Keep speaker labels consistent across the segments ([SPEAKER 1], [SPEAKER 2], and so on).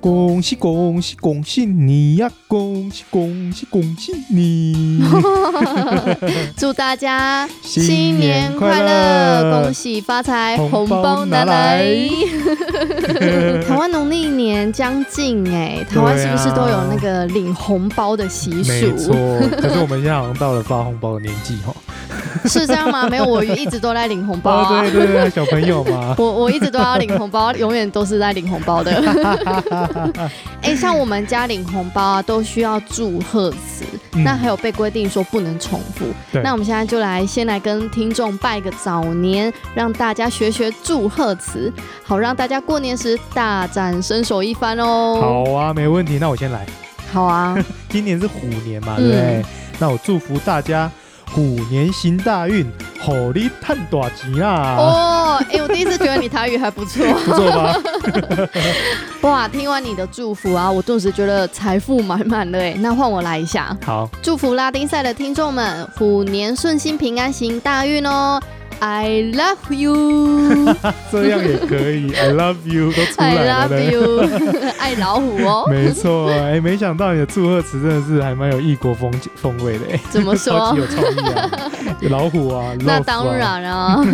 [SPEAKER 1] 恭喜恭喜恭喜你呀、恭喜恭喜恭喜你！
[SPEAKER 2] 祝大家
[SPEAKER 1] 新年快乐
[SPEAKER 2] 恭喜发财，
[SPEAKER 1] 红
[SPEAKER 2] 红
[SPEAKER 1] 包
[SPEAKER 2] 包 拿
[SPEAKER 1] 拿
[SPEAKER 2] 来
[SPEAKER 1] 来！
[SPEAKER 2] 台湾农历年将近哎，台湾是不是都有那个领红包的习
[SPEAKER 1] 啊没错
[SPEAKER 2] 俗？，
[SPEAKER 1] 可是我们现在好像到了发红包的年纪 哈。
[SPEAKER 2] 是这样吗？没有，我一直都在领红包
[SPEAKER 1] 哦，
[SPEAKER 2] 啊。，
[SPEAKER 1] 对对对，小朋友嘛
[SPEAKER 2] 我我一直都要领红包， 永远都是在领红包的。 哎、像我们家领红包啊，都需要祝贺词，
[SPEAKER 1] 嗯
[SPEAKER 2] 那还有被规定说不能重复。
[SPEAKER 1] 对
[SPEAKER 2] 那我们现在就来先来跟听众拜个早年，让大家学学祝贺词，好让大家过年时大展身手一番哦。
[SPEAKER 1] 好啊，没问题。那我先来，
[SPEAKER 2] 好，啊，
[SPEAKER 1] 今年是虎年嘛，对
[SPEAKER 2] 嗯
[SPEAKER 1] 不对？那我祝福大家虎年行大运，虎力探大吉啦！
[SPEAKER 2] 哦，哎、我第一次觉得你台语还不错，
[SPEAKER 1] 不错吧？
[SPEAKER 2] 哇！听完你的祝福啊，我顿时觉得财富满满了哎。那换我来一下，
[SPEAKER 1] 好，
[SPEAKER 2] 祝福拉丁赛的听众们虎年顺心平安行大运哦！I love you，I
[SPEAKER 1] 这样也可以。I love you 都出来了。对
[SPEAKER 2] love
[SPEAKER 1] 不 对
[SPEAKER 2] you，爱 老虎哦。
[SPEAKER 1] 没错，哎、没想到你的祝贺词真的是还蛮有异国风风味的、哎，
[SPEAKER 2] 怎么
[SPEAKER 1] 超
[SPEAKER 2] 说
[SPEAKER 1] 级？有创意 啊！老虎啊，
[SPEAKER 2] 那
[SPEAKER 1] loaf
[SPEAKER 2] 当
[SPEAKER 1] 啊，
[SPEAKER 2] 然啊，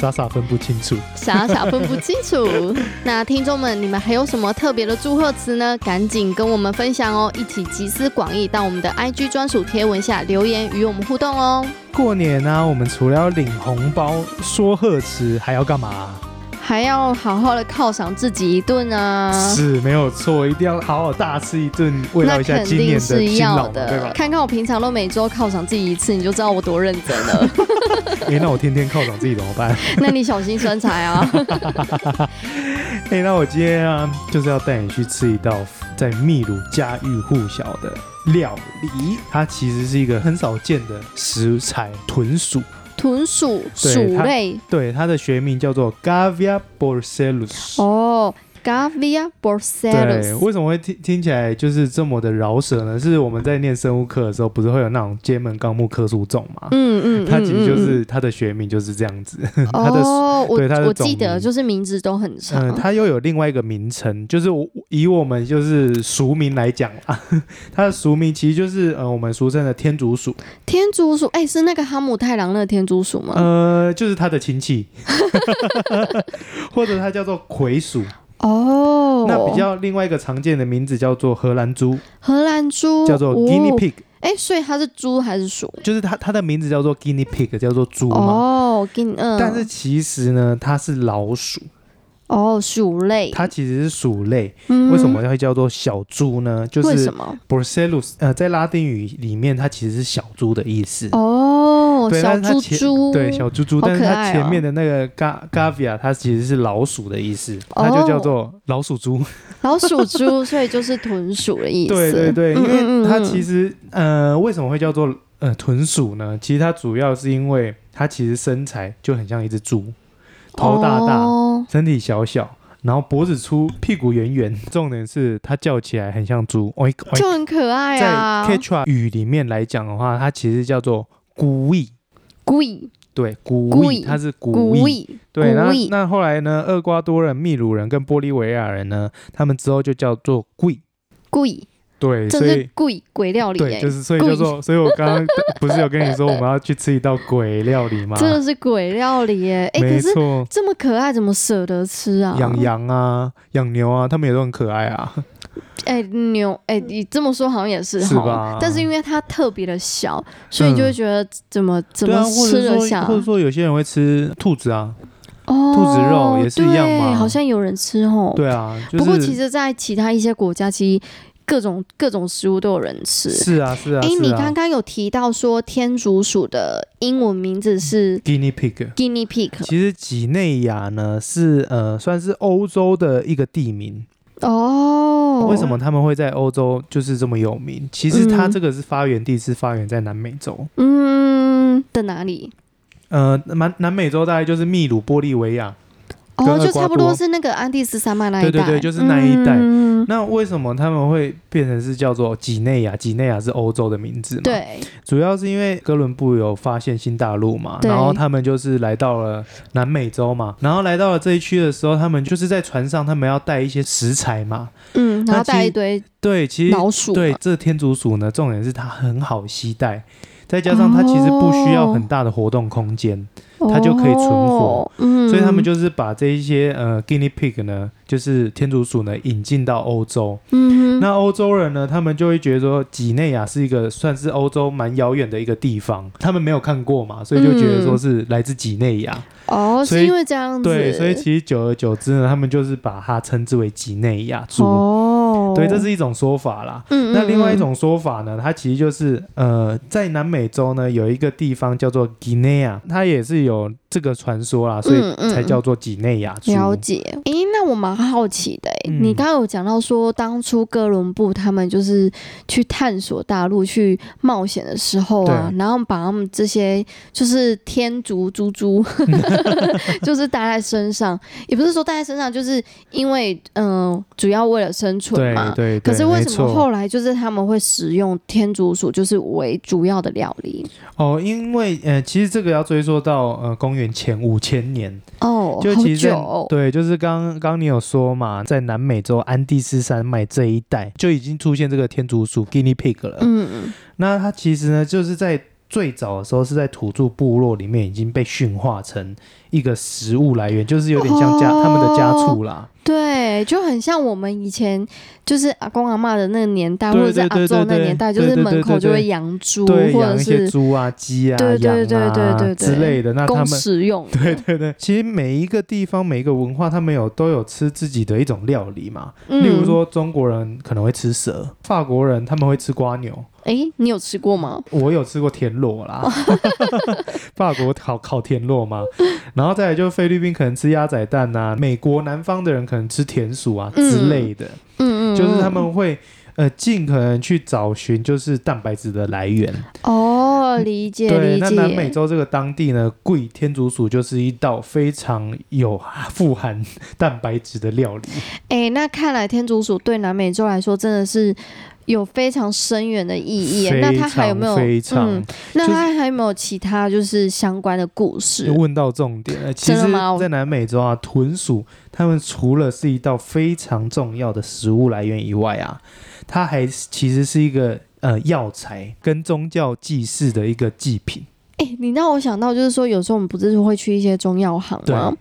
[SPEAKER 1] 傻傻分不清楚。
[SPEAKER 2] 傻傻分不清 楚。那听众们，你们还有什么特别的祝贺词呢？赶紧跟我们分享哦，一起集思广益，到我们的 IG 专属贴文下留言与我们互动哦。
[SPEAKER 1] 过年呢、我们除了要领红包、说贺词，还要干嘛、
[SPEAKER 2] 还要好好的犒赏自己一顿啊！
[SPEAKER 1] 是没有错，一定要好好大吃一顿，慰劳
[SPEAKER 2] 那
[SPEAKER 1] 一下
[SPEAKER 2] 肯
[SPEAKER 1] 今年
[SPEAKER 2] 定
[SPEAKER 1] 的
[SPEAKER 2] 是
[SPEAKER 1] 辛
[SPEAKER 2] 要
[SPEAKER 1] 劳嘛，对吧？
[SPEAKER 2] 看看我平常都每周犒赏自己一次，你就知道我多认真 了。
[SPEAKER 1] 哎、那我天天犒赏自己怎么办？
[SPEAKER 2] 那你小心身 材啊！
[SPEAKER 1] 哎、那我今天啊，就是要带你去吃一道在秘鲁家喻户晓的料理，它其实是一个很少见的食材——豚鼠。
[SPEAKER 2] 豚鼠
[SPEAKER 1] 对
[SPEAKER 2] 鼠
[SPEAKER 1] 它
[SPEAKER 2] 类
[SPEAKER 1] 对，它的学名叫做 Gavia borcelus。
[SPEAKER 2] 哦
[SPEAKER 1] 对，
[SPEAKER 2] ，Gavia borsalus。
[SPEAKER 1] 为什么会听听起来就是这么的饶舌呢？是我们在念生物课的时候，不是会有那种界门纲目科属种吗？
[SPEAKER 2] 嗯嗯，
[SPEAKER 1] 它其实就
[SPEAKER 2] 嗯
[SPEAKER 1] 是它的学名就是这样子。
[SPEAKER 2] 嗯嗯
[SPEAKER 1] 它的
[SPEAKER 2] 哦，我
[SPEAKER 1] 对它的
[SPEAKER 2] 我
[SPEAKER 1] 种
[SPEAKER 2] 记得
[SPEAKER 1] 名
[SPEAKER 2] 就是名字都很
[SPEAKER 1] 嗯，
[SPEAKER 2] 长，
[SPEAKER 1] 它又有另外一个名称，就是我以我们就是俗名来讲啊， 它的俗名其实就是呃我们俗称的天竺鼠，
[SPEAKER 2] 天竺鼠，哎，是那个哈姆太郎的天竺鼠吗？
[SPEAKER 1] 呃，就是它的亲戚， 或者它叫做葵鼠。
[SPEAKER 2] 哦，
[SPEAKER 1] 那比较另外一个常见的名字叫做荷兰猪，
[SPEAKER 2] 荷兰猪
[SPEAKER 1] 叫做
[SPEAKER 2] 哦
[SPEAKER 1] guinea pig，
[SPEAKER 2] 哎，所以它是猪还是鼠？
[SPEAKER 1] 就是它它的名字叫做 guinea pig，叫做猪嘛。
[SPEAKER 2] 哦，guinea，嗯，
[SPEAKER 1] 但是其实呢，它是老鼠，
[SPEAKER 2] 哦，鼠类，
[SPEAKER 1] 它其实是鼠类。
[SPEAKER 2] 嗯
[SPEAKER 1] 为什么会叫做小猪呢？就
[SPEAKER 2] 为
[SPEAKER 1] 是
[SPEAKER 2] 什么？
[SPEAKER 1] Borsalus，呃，在拉丁语里面，它其实是小猪的意思。
[SPEAKER 2] 哦，
[SPEAKER 1] 对，但是
[SPEAKER 2] 小
[SPEAKER 1] 它
[SPEAKER 2] 猪
[SPEAKER 1] 前
[SPEAKER 2] 猪，
[SPEAKER 1] 对小猪猪，
[SPEAKER 2] 好
[SPEAKER 1] 但是
[SPEAKER 2] 可
[SPEAKER 1] 它
[SPEAKER 2] 爱
[SPEAKER 1] 前
[SPEAKER 2] 哦
[SPEAKER 1] 面的那个 ga gavia，它其实是老鼠的意思，
[SPEAKER 2] 哦
[SPEAKER 1] 它就叫做老鼠猪。
[SPEAKER 2] 老鼠猪，所以就是豚鼠的意思。嗯
[SPEAKER 1] 对对对，因为它其
[SPEAKER 2] 实
[SPEAKER 1] 实呃，为什么会叫做呃豚鼠呢？其实它主要是因为它其实身材就很像一只猪，头大大，
[SPEAKER 2] 哦
[SPEAKER 1] 身体小小，然后脖子粗，屁股圆圆。重点是它叫起来很像猪。oink oink
[SPEAKER 2] 就很可爱
[SPEAKER 1] 在
[SPEAKER 2] 啊。
[SPEAKER 1] Quechua 语里面来讲的话，它其实叫做古意。
[SPEAKER 2] 故意
[SPEAKER 1] 对，古
[SPEAKER 2] 古
[SPEAKER 1] 意，
[SPEAKER 2] 意
[SPEAKER 1] 它是古
[SPEAKER 2] 故
[SPEAKER 1] 意。
[SPEAKER 2] 意
[SPEAKER 1] 对，那
[SPEAKER 2] 古意
[SPEAKER 1] 那后来呢？厄瓜多人、秘鲁人跟玻利维亚人呢，他们之后就叫做贵。
[SPEAKER 2] 故意，
[SPEAKER 1] 对，
[SPEAKER 2] 这
[SPEAKER 1] 所
[SPEAKER 2] 是
[SPEAKER 1] 以
[SPEAKER 2] 故意鬼料理
[SPEAKER 1] 对，
[SPEAKER 2] 耶
[SPEAKER 1] 就，是所以叫做，所以我刚 刚不是有跟你说我们要去吃一道鬼料理吗？
[SPEAKER 2] 真的是鬼料理耶。哎，可
[SPEAKER 1] 没
[SPEAKER 2] 是
[SPEAKER 1] 错，
[SPEAKER 2] 这么可爱，怎么舍得吃啊？
[SPEAKER 1] 养羊啊，养牛啊，他们也都很可爱啊。
[SPEAKER 2] 哎牛哎，你这么说好像也是
[SPEAKER 1] 嗯是
[SPEAKER 2] 哈
[SPEAKER 1] 吧嗯
[SPEAKER 2] 但是因为它特别的小，所以你就会觉得怎么怎
[SPEAKER 1] 对
[SPEAKER 2] 么
[SPEAKER 1] 啊，或
[SPEAKER 2] 吃
[SPEAKER 1] 者
[SPEAKER 2] 得
[SPEAKER 1] 说
[SPEAKER 2] 下
[SPEAKER 1] 或者说有些人会吃兔子啊，
[SPEAKER 2] 哦，
[SPEAKER 1] 兔子肉也是一样嘛
[SPEAKER 2] 对好像有人吃哦。
[SPEAKER 1] 对啊，就是
[SPEAKER 2] 不过其实，在其他一些国家，其实各种各种食物都有人吃。
[SPEAKER 1] 是啊是啊，
[SPEAKER 2] 诶
[SPEAKER 1] 是
[SPEAKER 2] 哎你
[SPEAKER 1] 啊
[SPEAKER 2] 刚刚有提到说天竺鼠的英文名字是
[SPEAKER 1] guinea pig。
[SPEAKER 2] guinea pig
[SPEAKER 1] 其实几内亚呢是呃算是欧洲的一个地名，
[SPEAKER 2] 哦，
[SPEAKER 1] 为什么？他们会在欧洲就是这么有名？其实
[SPEAKER 2] 嗯
[SPEAKER 1] 它这个是发源地是发源在南美洲，
[SPEAKER 2] 哦嗯，的哪里？
[SPEAKER 1] 呃，南南美洲大概就是秘鲁、玻利维亚，跟
[SPEAKER 2] 哦，
[SPEAKER 1] 厄
[SPEAKER 2] 就
[SPEAKER 1] 瓜
[SPEAKER 2] 差不
[SPEAKER 1] 多
[SPEAKER 2] 多是那个安第斯山脉那一
[SPEAKER 1] 对
[SPEAKER 2] 带，
[SPEAKER 1] 对对就是那一带
[SPEAKER 2] 嗯
[SPEAKER 1] 那为什么他们会变成是叫做几内亚？几内亚是欧洲的名字嘛？，
[SPEAKER 2] 对，
[SPEAKER 1] 主要是因为哥伦布有发现新大陆嘛，
[SPEAKER 2] 对
[SPEAKER 1] 然后他们就是来到了南美洲嘛，然后来到了这一区的时候，他们就是在船上，他们要带一些食材嘛。
[SPEAKER 2] 嗯，
[SPEAKER 1] 那
[SPEAKER 2] 然后
[SPEAKER 1] 其
[SPEAKER 2] 带一
[SPEAKER 1] 实
[SPEAKER 2] 堆
[SPEAKER 1] 对，其实
[SPEAKER 2] 老鼠嘛，
[SPEAKER 1] 对这天竺鼠呢，重点是它很好携带，再加上它其实不需要很大的活动空间，它就可以存活
[SPEAKER 2] 哦，嗯，
[SPEAKER 1] 所以他们就是把这一些呃 guinea pig 呢，就是天竺鼠呢引进到欧洲。
[SPEAKER 2] 嗯哼，
[SPEAKER 1] 那欧洲人呢，他们就会觉得说，几内亚是一个算是欧洲蛮遥远的一个地方，他们没有看过嘛，所以就觉得说是来自几内亚。
[SPEAKER 2] 哦，
[SPEAKER 1] 所
[SPEAKER 2] 是
[SPEAKER 1] 以
[SPEAKER 2] 因为这样子，
[SPEAKER 1] 对，所以其实久而久之呢，他们就是把它称之为几内亚猪。
[SPEAKER 2] 哦，
[SPEAKER 1] 对，这是一种说法啦。
[SPEAKER 2] 嗯，嗯，
[SPEAKER 1] 那另外一
[SPEAKER 2] 嗯
[SPEAKER 1] 种说法呢，它其实就是呃，在南美洲呢有一个地方叫做几内亚，它也是有这个传说啦，所以
[SPEAKER 2] 嗯嗯
[SPEAKER 1] 才
[SPEAKER 2] 嗯
[SPEAKER 1] 叫做几内亚猪。
[SPEAKER 2] 了解，诶，那我蛮好奇的、诶，
[SPEAKER 1] 嗯
[SPEAKER 2] 你刚刚有讲到说，当初哥伦布他们就是去探索大陆、去冒险的时候啊，然后把他们这些就是天竺猪猪， 就是带在身上，也不是说带在身上，就是因为嗯、呃主要为了生存
[SPEAKER 1] 对
[SPEAKER 2] 嘛。
[SPEAKER 1] 对对，
[SPEAKER 2] 啊可是为
[SPEAKER 1] 没
[SPEAKER 2] 什么
[SPEAKER 1] 错
[SPEAKER 2] 后来就是他们会使用天竺鼠，就是为主要的料理？
[SPEAKER 1] 哦，因为呃，其实这个要追溯到呃公元前五千年，
[SPEAKER 2] 哦，
[SPEAKER 1] 就
[SPEAKER 2] 好
[SPEAKER 1] 其实
[SPEAKER 2] 久
[SPEAKER 1] 在、
[SPEAKER 2] 哦、
[SPEAKER 1] 对，就是刚刚你有说嘛，在南美洲安第斯山脉这一带就已经出现这个天竺鼠 guinea pig 了。
[SPEAKER 2] 嗯嗯，
[SPEAKER 1] 那它其实呢，就是在最早的时候是在土著部落里面已经被驯化成一个食物来源，就是有点像家、
[SPEAKER 2] 哦
[SPEAKER 1] 他们的家畜啦。
[SPEAKER 2] 对，就很像我们以前就是阿公阿嬷的那个年代，
[SPEAKER 1] 对
[SPEAKER 2] 或者
[SPEAKER 1] 对对
[SPEAKER 2] 是阿
[SPEAKER 1] 对
[SPEAKER 2] 公那个
[SPEAKER 1] 对
[SPEAKER 2] 年代，就
[SPEAKER 1] 对
[SPEAKER 2] 是
[SPEAKER 1] 对
[SPEAKER 2] 门
[SPEAKER 1] 对
[SPEAKER 2] 口
[SPEAKER 1] 对
[SPEAKER 2] 就会
[SPEAKER 1] 对
[SPEAKER 2] 养猪，
[SPEAKER 1] 对，
[SPEAKER 2] 或
[SPEAKER 1] 养
[SPEAKER 2] 者
[SPEAKER 1] 一些
[SPEAKER 2] 是
[SPEAKER 1] 猪啊、鸡啊、
[SPEAKER 2] 对对对
[SPEAKER 1] 羊啊
[SPEAKER 2] 对对对
[SPEAKER 1] 之类的。那他
[SPEAKER 2] 供
[SPEAKER 1] 们
[SPEAKER 2] 食用的。
[SPEAKER 1] 对对对，其实每一个地方、每一个文化，他们有都有吃自己的一种料理嘛。
[SPEAKER 2] 嗯
[SPEAKER 1] 例如，说，中国人可能会吃蛇，法国人他们会吃瓜牛，
[SPEAKER 2] 哎，你有吃过吗？
[SPEAKER 1] 我有吃过田螺啦， 法国烤烤田螺嘛。然后再来就菲律宾可能吃鸭仔蛋呐、美国南方的人可能吃田鼠啊
[SPEAKER 2] 嗯
[SPEAKER 1] 之类的，
[SPEAKER 2] 嗯嗯，
[SPEAKER 1] 就是他
[SPEAKER 2] 嗯
[SPEAKER 1] 们会。呃，尽可能去找寻就是蛋白质的来源。
[SPEAKER 2] 哦，理解
[SPEAKER 1] 对，
[SPEAKER 2] 理
[SPEAKER 1] 那南美
[SPEAKER 2] 解。
[SPEAKER 1] 洲这个当地呢，贵天竺鼠就是一道非常有富含蛋白质的料理。
[SPEAKER 2] 哎，那看来天竺鼠对南美洲来说真的是。有非常深远的意义，
[SPEAKER 1] 非
[SPEAKER 2] 那
[SPEAKER 1] 常
[SPEAKER 2] 它还有没有？
[SPEAKER 1] 非常？
[SPEAKER 2] 嗯，那
[SPEAKER 1] 就是
[SPEAKER 2] 它还有没有其他就是相关的故事
[SPEAKER 1] 就？问到重点了。其
[SPEAKER 2] 真
[SPEAKER 1] 实
[SPEAKER 2] 的吗，我
[SPEAKER 1] 在南美洲啊，豚鼠它们除了是一道非常重要的食物来源以外啊，它还是其实是一个呃药材跟宗教祭祀的一个祭品。
[SPEAKER 2] 哎、你让我想到，就是说，有时候我们不是会去一些中药行
[SPEAKER 1] 对
[SPEAKER 2] 吗？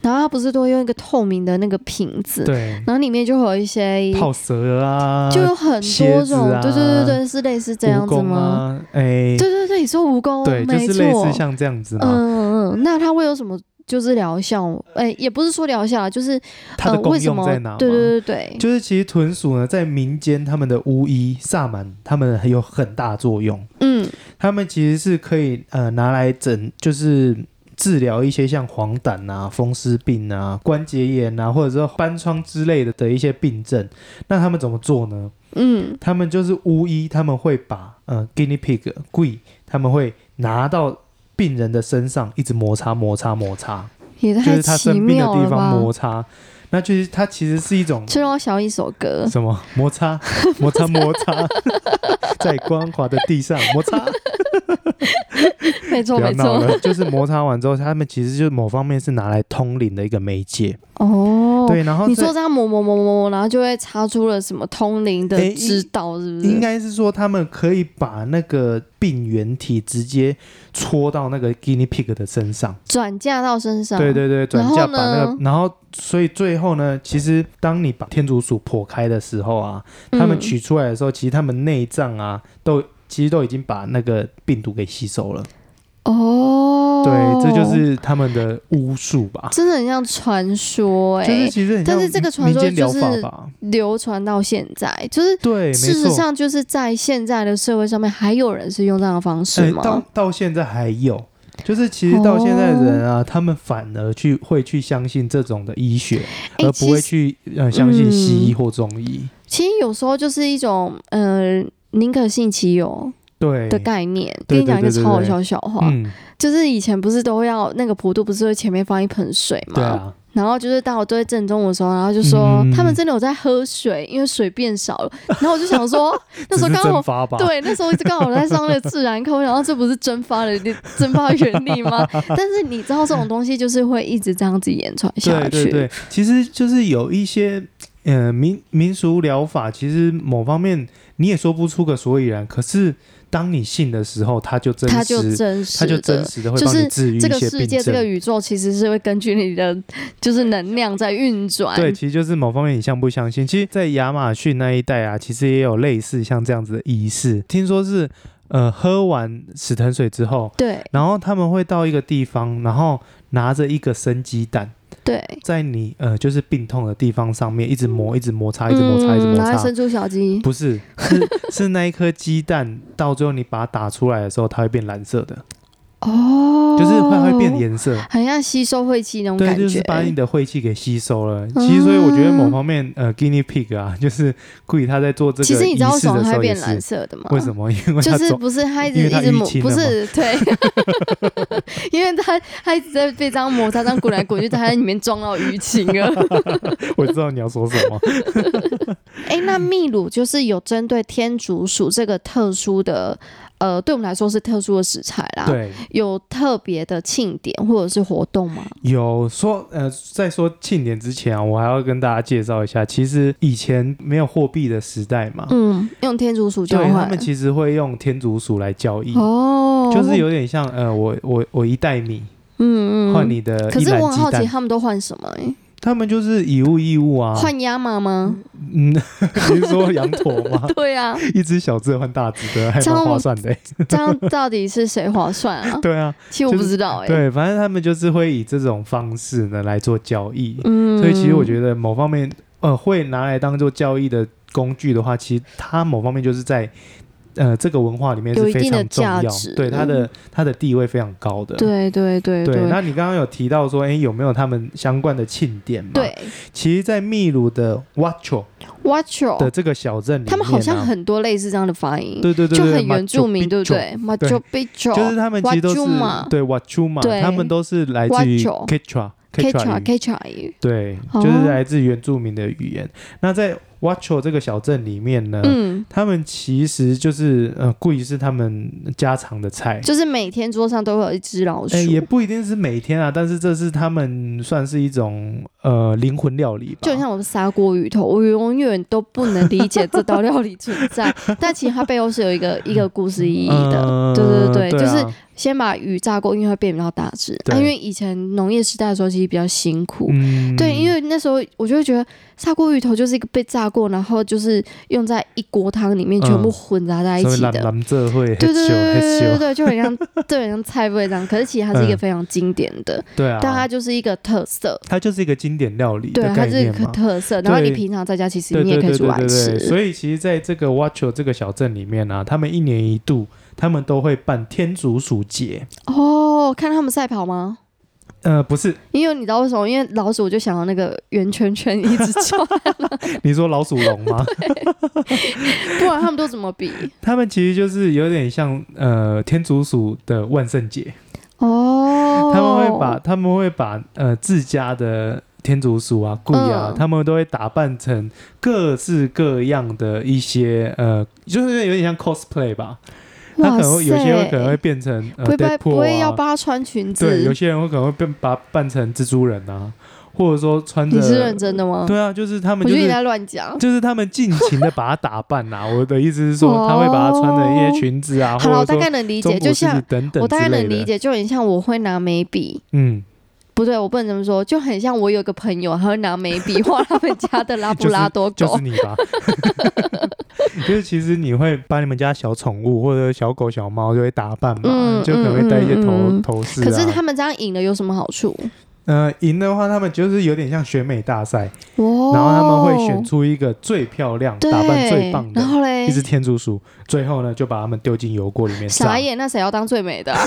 [SPEAKER 2] 然后它不是都会用一个透明的那个瓶子，
[SPEAKER 1] 对，
[SPEAKER 2] 然后里面就会有一些，
[SPEAKER 1] 泡蛇啊，
[SPEAKER 2] 就有很多
[SPEAKER 1] 蝎子
[SPEAKER 2] 种，
[SPEAKER 1] 啊
[SPEAKER 2] 对对对对，是类似这样
[SPEAKER 1] 蜈
[SPEAKER 2] 子
[SPEAKER 1] 蚣
[SPEAKER 2] 吗？
[SPEAKER 1] 啊，哎，
[SPEAKER 2] 对对对，你说蜈蚣，
[SPEAKER 1] 对，就
[SPEAKER 2] 没
[SPEAKER 1] 是类
[SPEAKER 2] 错，
[SPEAKER 1] 似像这啊样子嘛。
[SPEAKER 2] 嗯嗯嗯，那它会有什么？就是疗效，哎、也不是说疗效啊，就是
[SPEAKER 1] 它的
[SPEAKER 2] 呃为
[SPEAKER 1] 功
[SPEAKER 2] 什
[SPEAKER 1] 用
[SPEAKER 2] 么
[SPEAKER 1] 在哪吗？
[SPEAKER 2] 对对对对，
[SPEAKER 1] 就是其实豚鼠呢，在民间他们的巫医萨满，他们有很大作用。
[SPEAKER 2] 嗯，
[SPEAKER 1] 他们其实是可以呃拿来整，就是治疗一些像黄疸啊、风湿病啊、关节炎啊，或者是斑疮之类的的一些病症。那他们怎么做呢？
[SPEAKER 2] 嗯，
[SPEAKER 1] 他们就是巫医，他们会把呃 guinea pig 贵，他们会拿到病人的身上，一直摩擦、摩擦、摩擦，
[SPEAKER 2] 也
[SPEAKER 1] 就
[SPEAKER 2] 太
[SPEAKER 1] 是他
[SPEAKER 2] 奇
[SPEAKER 1] 生病的
[SPEAKER 2] 妙
[SPEAKER 1] 地
[SPEAKER 2] 了
[SPEAKER 1] 方
[SPEAKER 2] 吧！
[SPEAKER 1] 摩擦。那就是它其实是一种
[SPEAKER 2] 这让我想到一首 歌，
[SPEAKER 1] 什么摩擦摩擦摩 擦，在光滑的地上摩擦。
[SPEAKER 2] 没错
[SPEAKER 1] 不要
[SPEAKER 2] 没
[SPEAKER 1] 闹
[SPEAKER 2] 错，
[SPEAKER 1] 了，就是摩擦完之后，他们其实就是某方面是拿来通灵的一个媒介。
[SPEAKER 2] 哦，
[SPEAKER 1] 对，然后
[SPEAKER 2] 你
[SPEAKER 1] 这
[SPEAKER 2] 说这样磨磨磨磨磨，然后就会擦出了什么通灵的
[SPEAKER 1] 诶应
[SPEAKER 2] 指导，是不是？
[SPEAKER 1] 应该是说他们可以把那个病原体直接戳到那个 guinea pig 的身上。
[SPEAKER 2] 转嫁到身上。
[SPEAKER 1] 对对对，转嫁
[SPEAKER 2] 然后
[SPEAKER 1] 把那
[SPEAKER 2] 呢
[SPEAKER 1] 个，然后所以最后呢，其实当你把天竺鼠剖开的时候啊，他们
[SPEAKER 2] 嗯
[SPEAKER 1] 取出来的时候，其实他们内脏啊都。其实都已经把那个病毒给吸收了，
[SPEAKER 2] 哦，
[SPEAKER 1] 对，这就是他们的巫术吧，
[SPEAKER 2] 真的很像传说哎、
[SPEAKER 1] 就是其实很
[SPEAKER 2] 但
[SPEAKER 1] 像
[SPEAKER 2] 是这个传
[SPEAKER 1] 民
[SPEAKER 2] 说
[SPEAKER 1] 间疗
[SPEAKER 2] 就是
[SPEAKER 1] 法吧，
[SPEAKER 2] 流传到现在，就是
[SPEAKER 1] 对，没
[SPEAKER 2] 事实
[SPEAKER 1] 错。
[SPEAKER 2] 上就是在现在的社会上面，还有人是用这样的方式
[SPEAKER 1] 哎，
[SPEAKER 2] 吗？
[SPEAKER 1] 到到现在还有，就是其实到现在的人
[SPEAKER 2] 哦
[SPEAKER 1] 啊，他们反而去会去相信这种的医学，
[SPEAKER 2] 哎
[SPEAKER 1] 而不会
[SPEAKER 2] 其实
[SPEAKER 1] 去呃相信西医
[SPEAKER 2] 嗯
[SPEAKER 1] 或中医。
[SPEAKER 2] 其实有时候就是一种呃宁可信其有
[SPEAKER 1] 对
[SPEAKER 2] 的概念。
[SPEAKER 1] 对
[SPEAKER 2] 跟你讲一个
[SPEAKER 1] 对对
[SPEAKER 2] 超好
[SPEAKER 1] 对
[SPEAKER 2] 笑的笑话，
[SPEAKER 1] 嗯，
[SPEAKER 2] 就是以前不是都要那个普渡不是会前面放一盆水吗？
[SPEAKER 1] 对啊，
[SPEAKER 2] 然后就是当我对正中午的时候，然后就说、
[SPEAKER 1] 嗯
[SPEAKER 2] 他们真的有在喝水，因为水变少了。然后我就想 说，那时候
[SPEAKER 1] 只
[SPEAKER 2] 刚
[SPEAKER 1] 是
[SPEAKER 2] 好
[SPEAKER 1] 蒸发吧，
[SPEAKER 2] 对，那时候一直刚好在上那个自然课，我想到这不是蒸发 的蒸发原理吗？但是你知道这种东西就是会一直这样子延传下去。
[SPEAKER 1] 对对对，其实就是有一些呃民民俗疗法，其实某方面你也说不出个所以然，可是当你信的时候，它就真实，
[SPEAKER 2] 它就真实
[SPEAKER 1] 它就
[SPEAKER 2] 的，
[SPEAKER 1] 真实的会
[SPEAKER 2] 就
[SPEAKER 1] 帮你
[SPEAKER 2] 是
[SPEAKER 1] 治愈一
[SPEAKER 2] 这个
[SPEAKER 1] 些
[SPEAKER 2] 世
[SPEAKER 1] 病
[SPEAKER 2] 界、这个
[SPEAKER 1] 症。
[SPEAKER 2] 宇宙其实是会根据你的就是能量在运转。
[SPEAKER 1] 对，其实就是某方面你相不相信。其实，在亚马逊那一带啊，其实也有类似像这样子的仪式。听说是，呃，喝完死藤水之后，
[SPEAKER 2] 对
[SPEAKER 1] 然后他们会到一个地方，然后拿着一个生鸡蛋，
[SPEAKER 2] 对，
[SPEAKER 1] 在你呃就是病痛的地方上面一直磨，一直摩擦，一直摩擦，一直摩
[SPEAKER 2] 嗯然
[SPEAKER 1] 擦，
[SPEAKER 2] 后伸出小鸡。
[SPEAKER 1] 不是，是是那一颗鸡蛋，到最后你把它打出来的时候，它会变蓝色的，
[SPEAKER 2] 哦，
[SPEAKER 1] 就是会它会变，颜色。
[SPEAKER 2] 很像吸收晦气那种
[SPEAKER 1] 对，
[SPEAKER 2] 感觉。
[SPEAKER 1] 就是把你的晦气给吸收了。其实，所以我觉得某方面，呃，guinea pig 啊， 就是故意他在做这个
[SPEAKER 2] 其实你
[SPEAKER 1] 仪
[SPEAKER 2] 知道为
[SPEAKER 1] 式
[SPEAKER 2] 什么
[SPEAKER 1] 的
[SPEAKER 2] 它
[SPEAKER 1] 时
[SPEAKER 2] 会
[SPEAKER 1] 候也
[SPEAKER 2] 变蓝
[SPEAKER 1] 是。
[SPEAKER 2] 色的吗？
[SPEAKER 1] 为什么？因为
[SPEAKER 2] 就
[SPEAKER 1] 他
[SPEAKER 2] 是
[SPEAKER 1] 总
[SPEAKER 2] 不是他一
[SPEAKER 1] 因
[SPEAKER 2] 直
[SPEAKER 1] 为
[SPEAKER 2] 一
[SPEAKER 1] 它
[SPEAKER 2] 直
[SPEAKER 1] 淤
[SPEAKER 2] 抹，
[SPEAKER 1] 青
[SPEAKER 2] 不
[SPEAKER 1] 了嘛
[SPEAKER 2] 是对， 因为他他一直在被这样摩擦，这样滚来滚去，他在里面撞到淤青 了。
[SPEAKER 1] 我知道你要说什 么。
[SPEAKER 2] 哎、那秘鲁就是有针对天竺鼠这个特殊的，呃，对我们来说是特殊的食材啦。，
[SPEAKER 1] 对，
[SPEAKER 2] 有特别的庆典或者是活动吗？
[SPEAKER 1] 有说呃，在说庆典之前啊，我还要跟大家介绍一下，其实以前没有货币的时代嘛，
[SPEAKER 2] 嗯，用天竺鼠交
[SPEAKER 1] 对他
[SPEAKER 2] 换
[SPEAKER 1] 们。其实会用天竺鼠来交易，
[SPEAKER 2] 哦，
[SPEAKER 1] 就是有点像呃，我我我一袋米
[SPEAKER 2] 嗯嗯，
[SPEAKER 1] 换。你的
[SPEAKER 2] 可
[SPEAKER 1] 一
[SPEAKER 2] 是
[SPEAKER 1] 篮
[SPEAKER 2] 我很
[SPEAKER 1] 鸡
[SPEAKER 2] 好奇，
[SPEAKER 1] 蛋，啊
[SPEAKER 2] 他们都换什么、欸？
[SPEAKER 1] 他们就是以物易物啊。
[SPEAKER 2] 换鸭妈吗？？
[SPEAKER 1] 嗯， 你是说羊驼吗
[SPEAKER 2] 对啊，
[SPEAKER 1] 一只小只的换大只的，还
[SPEAKER 2] 这
[SPEAKER 1] 蛮
[SPEAKER 2] 样
[SPEAKER 1] 划 算的欸、？
[SPEAKER 2] 这样到底是谁划算啊
[SPEAKER 1] 对啊，
[SPEAKER 2] 其实我
[SPEAKER 1] 就
[SPEAKER 2] 不
[SPEAKER 1] 是
[SPEAKER 2] 知道哎、
[SPEAKER 1] 对，反正他们就是会以这种方式呢来做交易，
[SPEAKER 2] 嗯，
[SPEAKER 1] 所以其实我觉得某方面，呃，会拿来当做交易的工具的话，其实它某方面就是在。呃，这个文化里面
[SPEAKER 2] 有
[SPEAKER 1] 是
[SPEAKER 2] 一
[SPEAKER 1] 非
[SPEAKER 2] 定的
[SPEAKER 1] 常重要
[SPEAKER 2] 价值，
[SPEAKER 1] 对它的它的地位非常高的。
[SPEAKER 2] 对对对
[SPEAKER 1] 对，那你刚刚有提到说，哎，有没有他们相关的庆典嘛？，
[SPEAKER 2] 对
[SPEAKER 1] 其实，在秘鲁的 Huacho
[SPEAKER 2] w a t c h
[SPEAKER 1] 的
[SPEAKER 2] o
[SPEAKER 1] 这个小镇里面啊、
[SPEAKER 2] 哦他们好像很多类似这样的发音，
[SPEAKER 1] 对对对
[SPEAKER 2] 就
[SPEAKER 1] 对，
[SPEAKER 2] 很原住
[SPEAKER 1] Machu
[SPEAKER 2] 民，对不
[SPEAKER 1] Picchu？
[SPEAKER 2] 对？Machu Picchu
[SPEAKER 1] 就是他们其实都是
[SPEAKER 2] Huachuma
[SPEAKER 1] 对 Huachuma，
[SPEAKER 2] 对
[SPEAKER 1] 他们都是来自于
[SPEAKER 2] Huacho
[SPEAKER 1] Quechua
[SPEAKER 2] Quechua
[SPEAKER 1] 语，
[SPEAKER 2] Quechua 语，
[SPEAKER 1] 对，
[SPEAKER 2] 哦
[SPEAKER 1] 就是来自原住民的语言。那在 Huacho 这个小镇里面呢，
[SPEAKER 2] 嗯，
[SPEAKER 1] 他们其实就是呃，故意是他们家常的菜。
[SPEAKER 2] 就是每天桌上都会有一只老鼠
[SPEAKER 1] 哎，，也不一定是每天啊，但是这是他们算是一种呃灵魂料理吧。
[SPEAKER 2] 就像我们砂锅鱼头，我永远都不能理解这道料理存 在，但其实它背后是有一个一个故事意义的。
[SPEAKER 1] 嗯
[SPEAKER 2] 对对对
[SPEAKER 1] 啊
[SPEAKER 2] 就是先把鱼炸过，因为会变比较大只。
[SPEAKER 1] 对
[SPEAKER 2] 啊因为以前农业时代的时候，其实比较辛苦，
[SPEAKER 1] 嗯
[SPEAKER 2] 对，因为那时候我就会觉得砂锅鱼头就是一个被炸过，然后就是用在一锅汤里面
[SPEAKER 1] 嗯
[SPEAKER 2] 全部混杂在一起的。
[SPEAKER 1] 蓝这会
[SPEAKER 2] 对对对对对对
[SPEAKER 1] 羞羞，
[SPEAKER 2] 对，就 很像，对，很像菜味这样。可是其实它是一个
[SPEAKER 1] 嗯
[SPEAKER 2] 非常经典的，
[SPEAKER 1] 对啊，
[SPEAKER 2] 但它就是一个特色，
[SPEAKER 1] 它就是一个经典料理
[SPEAKER 2] 对
[SPEAKER 1] 的，
[SPEAKER 2] 它
[SPEAKER 1] 概
[SPEAKER 2] 是一
[SPEAKER 1] 念
[SPEAKER 2] 个
[SPEAKER 1] 嘛。
[SPEAKER 2] 特色。然后
[SPEAKER 1] 对
[SPEAKER 2] 你平常在家其实
[SPEAKER 1] 对
[SPEAKER 2] 你
[SPEAKER 1] 对
[SPEAKER 2] 也可
[SPEAKER 1] 对
[SPEAKER 2] 以煮
[SPEAKER 1] 对
[SPEAKER 2] 来
[SPEAKER 1] 对对，
[SPEAKER 2] 吃。
[SPEAKER 1] 所以其实在这个 Watcho 这个小镇里面啊，他们一年一度，他们都会办天竺鼠节。
[SPEAKER 2] 哦，看他们赛跑吗？
[SPEAKER 1] 呃，不是，
[SPEAKER 2] 因为你知道为什么？因为老鼠我就想到那个圆圈圈一直 叫，
[SPEAKER 1] 你说老鼠笼 吗？
[SPEAKER 2] 不然他们都怎么 比？
[SPEAKER 1] 他们其实就是有点像呃天竺鼠的万圣节，
[SPEAKER 2] 哦，
[SPEAKER 1] 他们会把他们会把呃自家的。天竺鼠啊，故意啊，
[SPEAKER 2] 嗯
[SPEAKER 1] 他们都会打扮成各式各样的一些呃，就是有点像 cosplay 吧。他可能会有些
[SPEAKER 2] 哇
[SPEAKER 1] 会
[SPEAKER 2] 塞
[SPEAKER 1] 可能会变成呃
[SPEAKER 2] 不会不
[SPEAKER 1] Deadpool
[SPEAKER 2] 不会要
[SPEAKER 1] 啊，
[SPEAKER 2] 帮他穿裙子？
[SPEAKER 1] 对，有些人会可能会变把它扮成蜘蛛人啊，或者说穿着
[SPEAKER 2] 你是认真的吗？
[SPEAKER 1] 对啊，就是他们
[SPEAKER 2] 我
[SPEAKER 1] 就
[SPEAKER 2] 觉得你
[SPEAKER 1] 是
[SPEAKER 2] 在乱讲。
[SPEAKER 1] 就是他们尽情的把它打扮啊。我的意思是说，
[SPEAKER 2] 哦
[SPEAKER 1] 他会把它穿的一些裙子啊，
[SPEAKER 2] 好了，
[SPEAKER 1] 或
[SPEAKER 2] 我
[SPEAKER 1] 者
[SPEAKER 2] 大
[SPEAKER 1] 说
[SPEAKER 2] 概能理
[SPEAKER 1] 中
[SPEAKER 2] 解，就
[SPEAKER 1] 国式
[SPEAKER 2] 像
[SPEAKER 1] 等等
[SPEAKER 2] 我大
[SPEAKER 1] 之
[SPEAKER 2] 概
[SPEAKER 1] 类
[SPEAKER 2] 能理
[SPEAKER 1] 的。
[SPEAKER 2] 解，就哦很像我会拿眉笔，
[SPEAKER 1] 嗯，
[SPEAKER 2] 不对，我不能这么说，就很像我有个朋友，他会拿眉笔 画他们家的拉布拉多狗，
[SPEAKER 1] 就是你吧。 就是其实你会把你们家小宠物或者小狗小猫就会打扮嘛，
[SPEAKER 2] 嗯
[SPEAKER 1] 就可能会戴一些头、
[SPEAKER 2] 嗯嗯嗯
[SPEAKER 1] 头饰、啊。
[SPEAKER 2] 可是他们这样赢了有什么好处？
[SPEAKER 1] 呃赢的话，他们就是有点像选美大赛，
[SPEAKER 2] 哦，
[SPEAKER 1] 然后他们会选出一个最漂亮、
[SPEAKER 2] 对
[SPEAKER 1] 打扮最棒
[SPEAKER 2] 然
[SPEAKER 1] 的
[SPEAKER 2] 后嘞
[SPEAKER 1] 一，只天竺鼠，最后呢就把它们丢进油锅里面炸
[SPEAKER 2] 傻。眼，那谁要当最美的啊、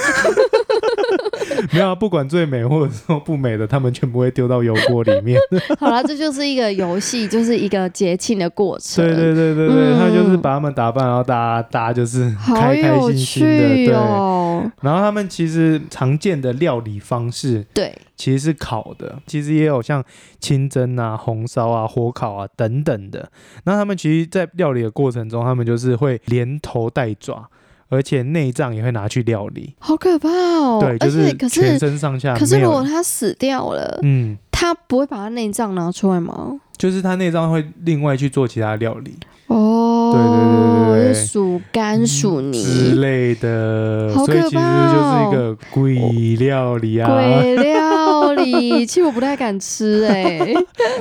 [SPEAKER 1] 没有、啊，不管最美或者说不美的，他们全部会丢到油锅里 面。
[SPEAKER 2] 好了，这就是一个游戏，就是一个节庆的过程。
[SPEAKER 1] 对对对对对，
[SPEAKER 2] 嗯
[SPEAKER 1] 他就是把它们打扮，然后大家大家就是
[SPEAKER 2] 好
[SPEAKER 1] 开开
[SPEAKER 2] 有
[SPEAKER 1] 心心的，
[SPEAKER 2] 趣
[SPEAKER 1] 对。
[SPEAKER 2] 哦！哦，
[SPEAKER 1] 然后他们其实常见的料理方式
[SPEAKER 2] 对，
[SPEAKER 1] 其实是烤的，其实也有像清蒸啊、红烧啊、火烤啊等等的。那他们其实，在料理的过程中，他们就是会连头带爪，而且内脏也会拿去料理。
[SPEAKER 2] 好可怕哦。
[SPEAKER 1] 对，就
[SPEAKER 2] 而
[SPEAKER 1] 是
[SPEAKER 2] 且可
[SPEAKER 1] 全
[SPEAKER 2] 是
[SPEAKER 1] 身上下
[SPEAKER 2] 可是
[SPEAKER 1] 没有
[SPEAKER 2] 如果他死掉了，
[SPEAKER 1] 嗯，
[SPEAKER 2] 他不会把他内脏拿出来吗？
[SPEAKER 1] 就是它内脏会另外去做其他料理
[SPEAKER 2] 哦，
[SPEAKER 1] 对对对对对
[SPEAKER 2] 就是鼠肝、鼠
[SPEAKER 1] 之
[SPEAKER 2] 泥、
[SPEAKER 1] 类的，
[SPEAKER 2] 好可
[SPEAKER 1] 所
[SPEAKER 2] 怕哦
[SPEAKER 1] 以其实就是一个鬼料理啊。
[SPEAKER 2] 鬼料理，其实我不太敢吃 哎、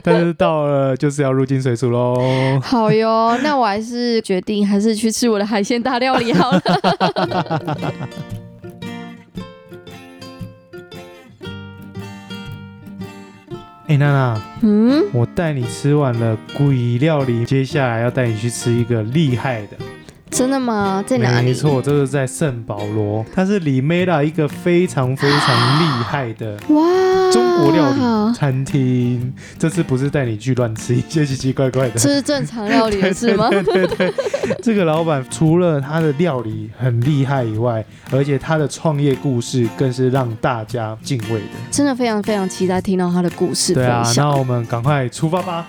[SPEAKER 1] 但是到了就是要入境水煮喽。
[SPEAKER 2] 好哟，那我还是决定还是去吃我的海鲜大料理好 了。
[SPEAKER 1] 哎、娜娜，
[SPEAKER 2] 嗯，
[SPEAKER 1] 我带你吃完了鬼料理，接下来要带你去吃一个厉害的。哎
[SPEAKER 2] 真的吗？在哪里？。
[SPEAKER 1] 没错，这个在圣保罗，它是里梅拉一个非常非常厉害的
[SPEAKER 2] 哇，
[SPEAKER 1] 中国料理餐厅，这次不是带你去乱吃一些奇奇怪怪的，
[SPEAKER 2] 这是正常料理的事 吗？
[SPEAKER 1] 这个老板除了他的料理很厉害以外，而且他的创业故事更是让大家敬畏的。
[SPEAKER 2] 真的非常非常期待听到他的故事
[SPEAKER 1] 对
[SPEAKER 2] 分
[SPEAKER 1] 啊，
[SPEAKER 2] 享。
[SPEAKER 1] 那我们赶快出发吧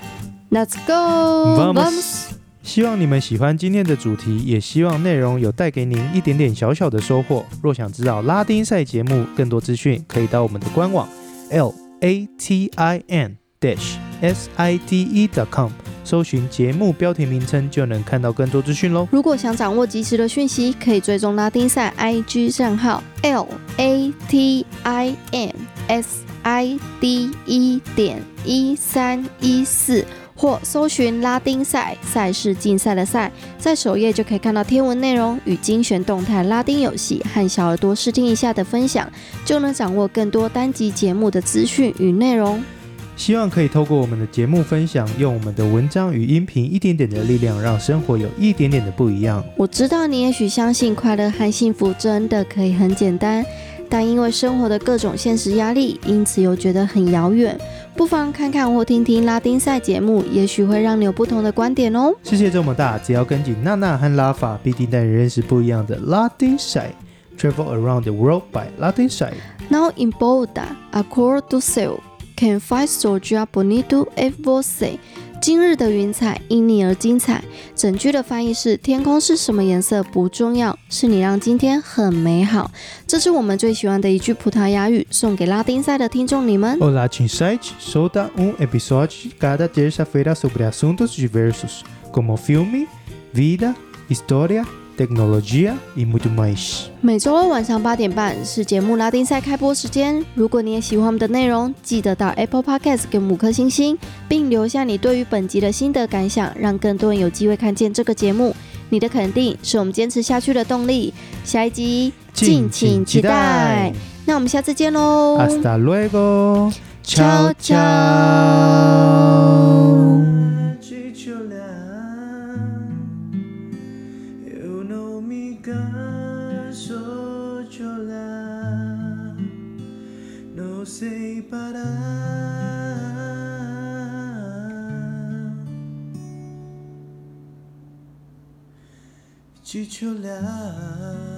[SPEAKER 2] Let's go，
[SPEAKER 1] ！Vamos！希望你们喜欢今天的主题，也希望内容有带给您一点点小小的收获。若想知道拉丁赛节目更多资讯，可以到我们的官网 l a t i n dash s i d e dot com 搜寻节目标题名称，就能看到更多资讯喽。
[SPEAKER 2] 如果想掌握及时的讯息，可以追踪拉丁赛 IG 账号 L A T I N S I D 一点一三一四，或搜寻拉丁赛赛事竞赛的赛，在首页就可以看到天文内容与精选动态拉丁游戏和小耳朵试听一下的分享，就能掌握更多单集节目的资讯与内容。
[SPEAKER 1] 希望可以透过我们的节目分享，用我们的文章与音频一点点的力量，让生活有一点点的不一样。
[SPEAKER 2] 我知道你也许相信快乐和幸福真的可以很简单，但因为生活的各种现实压力，因此又觉得很遥远。不妨看看或听听拉丁赛节目，也许会让你有不同的观点哦。
[SPEAKER 1] 世界这么大，只要跟紧娜娜和拉法，必定带你认识不一样的拉丁赛。Travel around the world by Latin s i d e
[SPEAKER 2] Now in Boulder, accord do céu, can find Georgia bonito e você。今日的云彩因你而精彩。整句的翻译是：天空是什么颜色不重要，是你让今天很美好。这是我们最喜欢的一句葡萄牙语，送给拉丁赛的听众你们。
[SPEAKER 1] Olá, t i n s i t e Solta um episódio cada terça-feira sobre assuntos diversos, como filme, vida, história, tecnologia e muito mais.
[SPEAKER 2] 每周六晚上八点半是节目拉丁赛开播时间。如果你也喜欢我们的内容，记得到 Apple Podcast 给我们五颗星星，并留下你对于本集的心得感想，让更多人有机会看见这个节目。你的肯定是我们坚持下去的动力。下一集，敬请期待。那我们下次见喽。
[SPEAKER 1] Hasta luego.
[SPEAKER 2] Chao, chao.
[SPEAKER 1] Chichola, eu não me canso, chola, não sei parar. Chichola.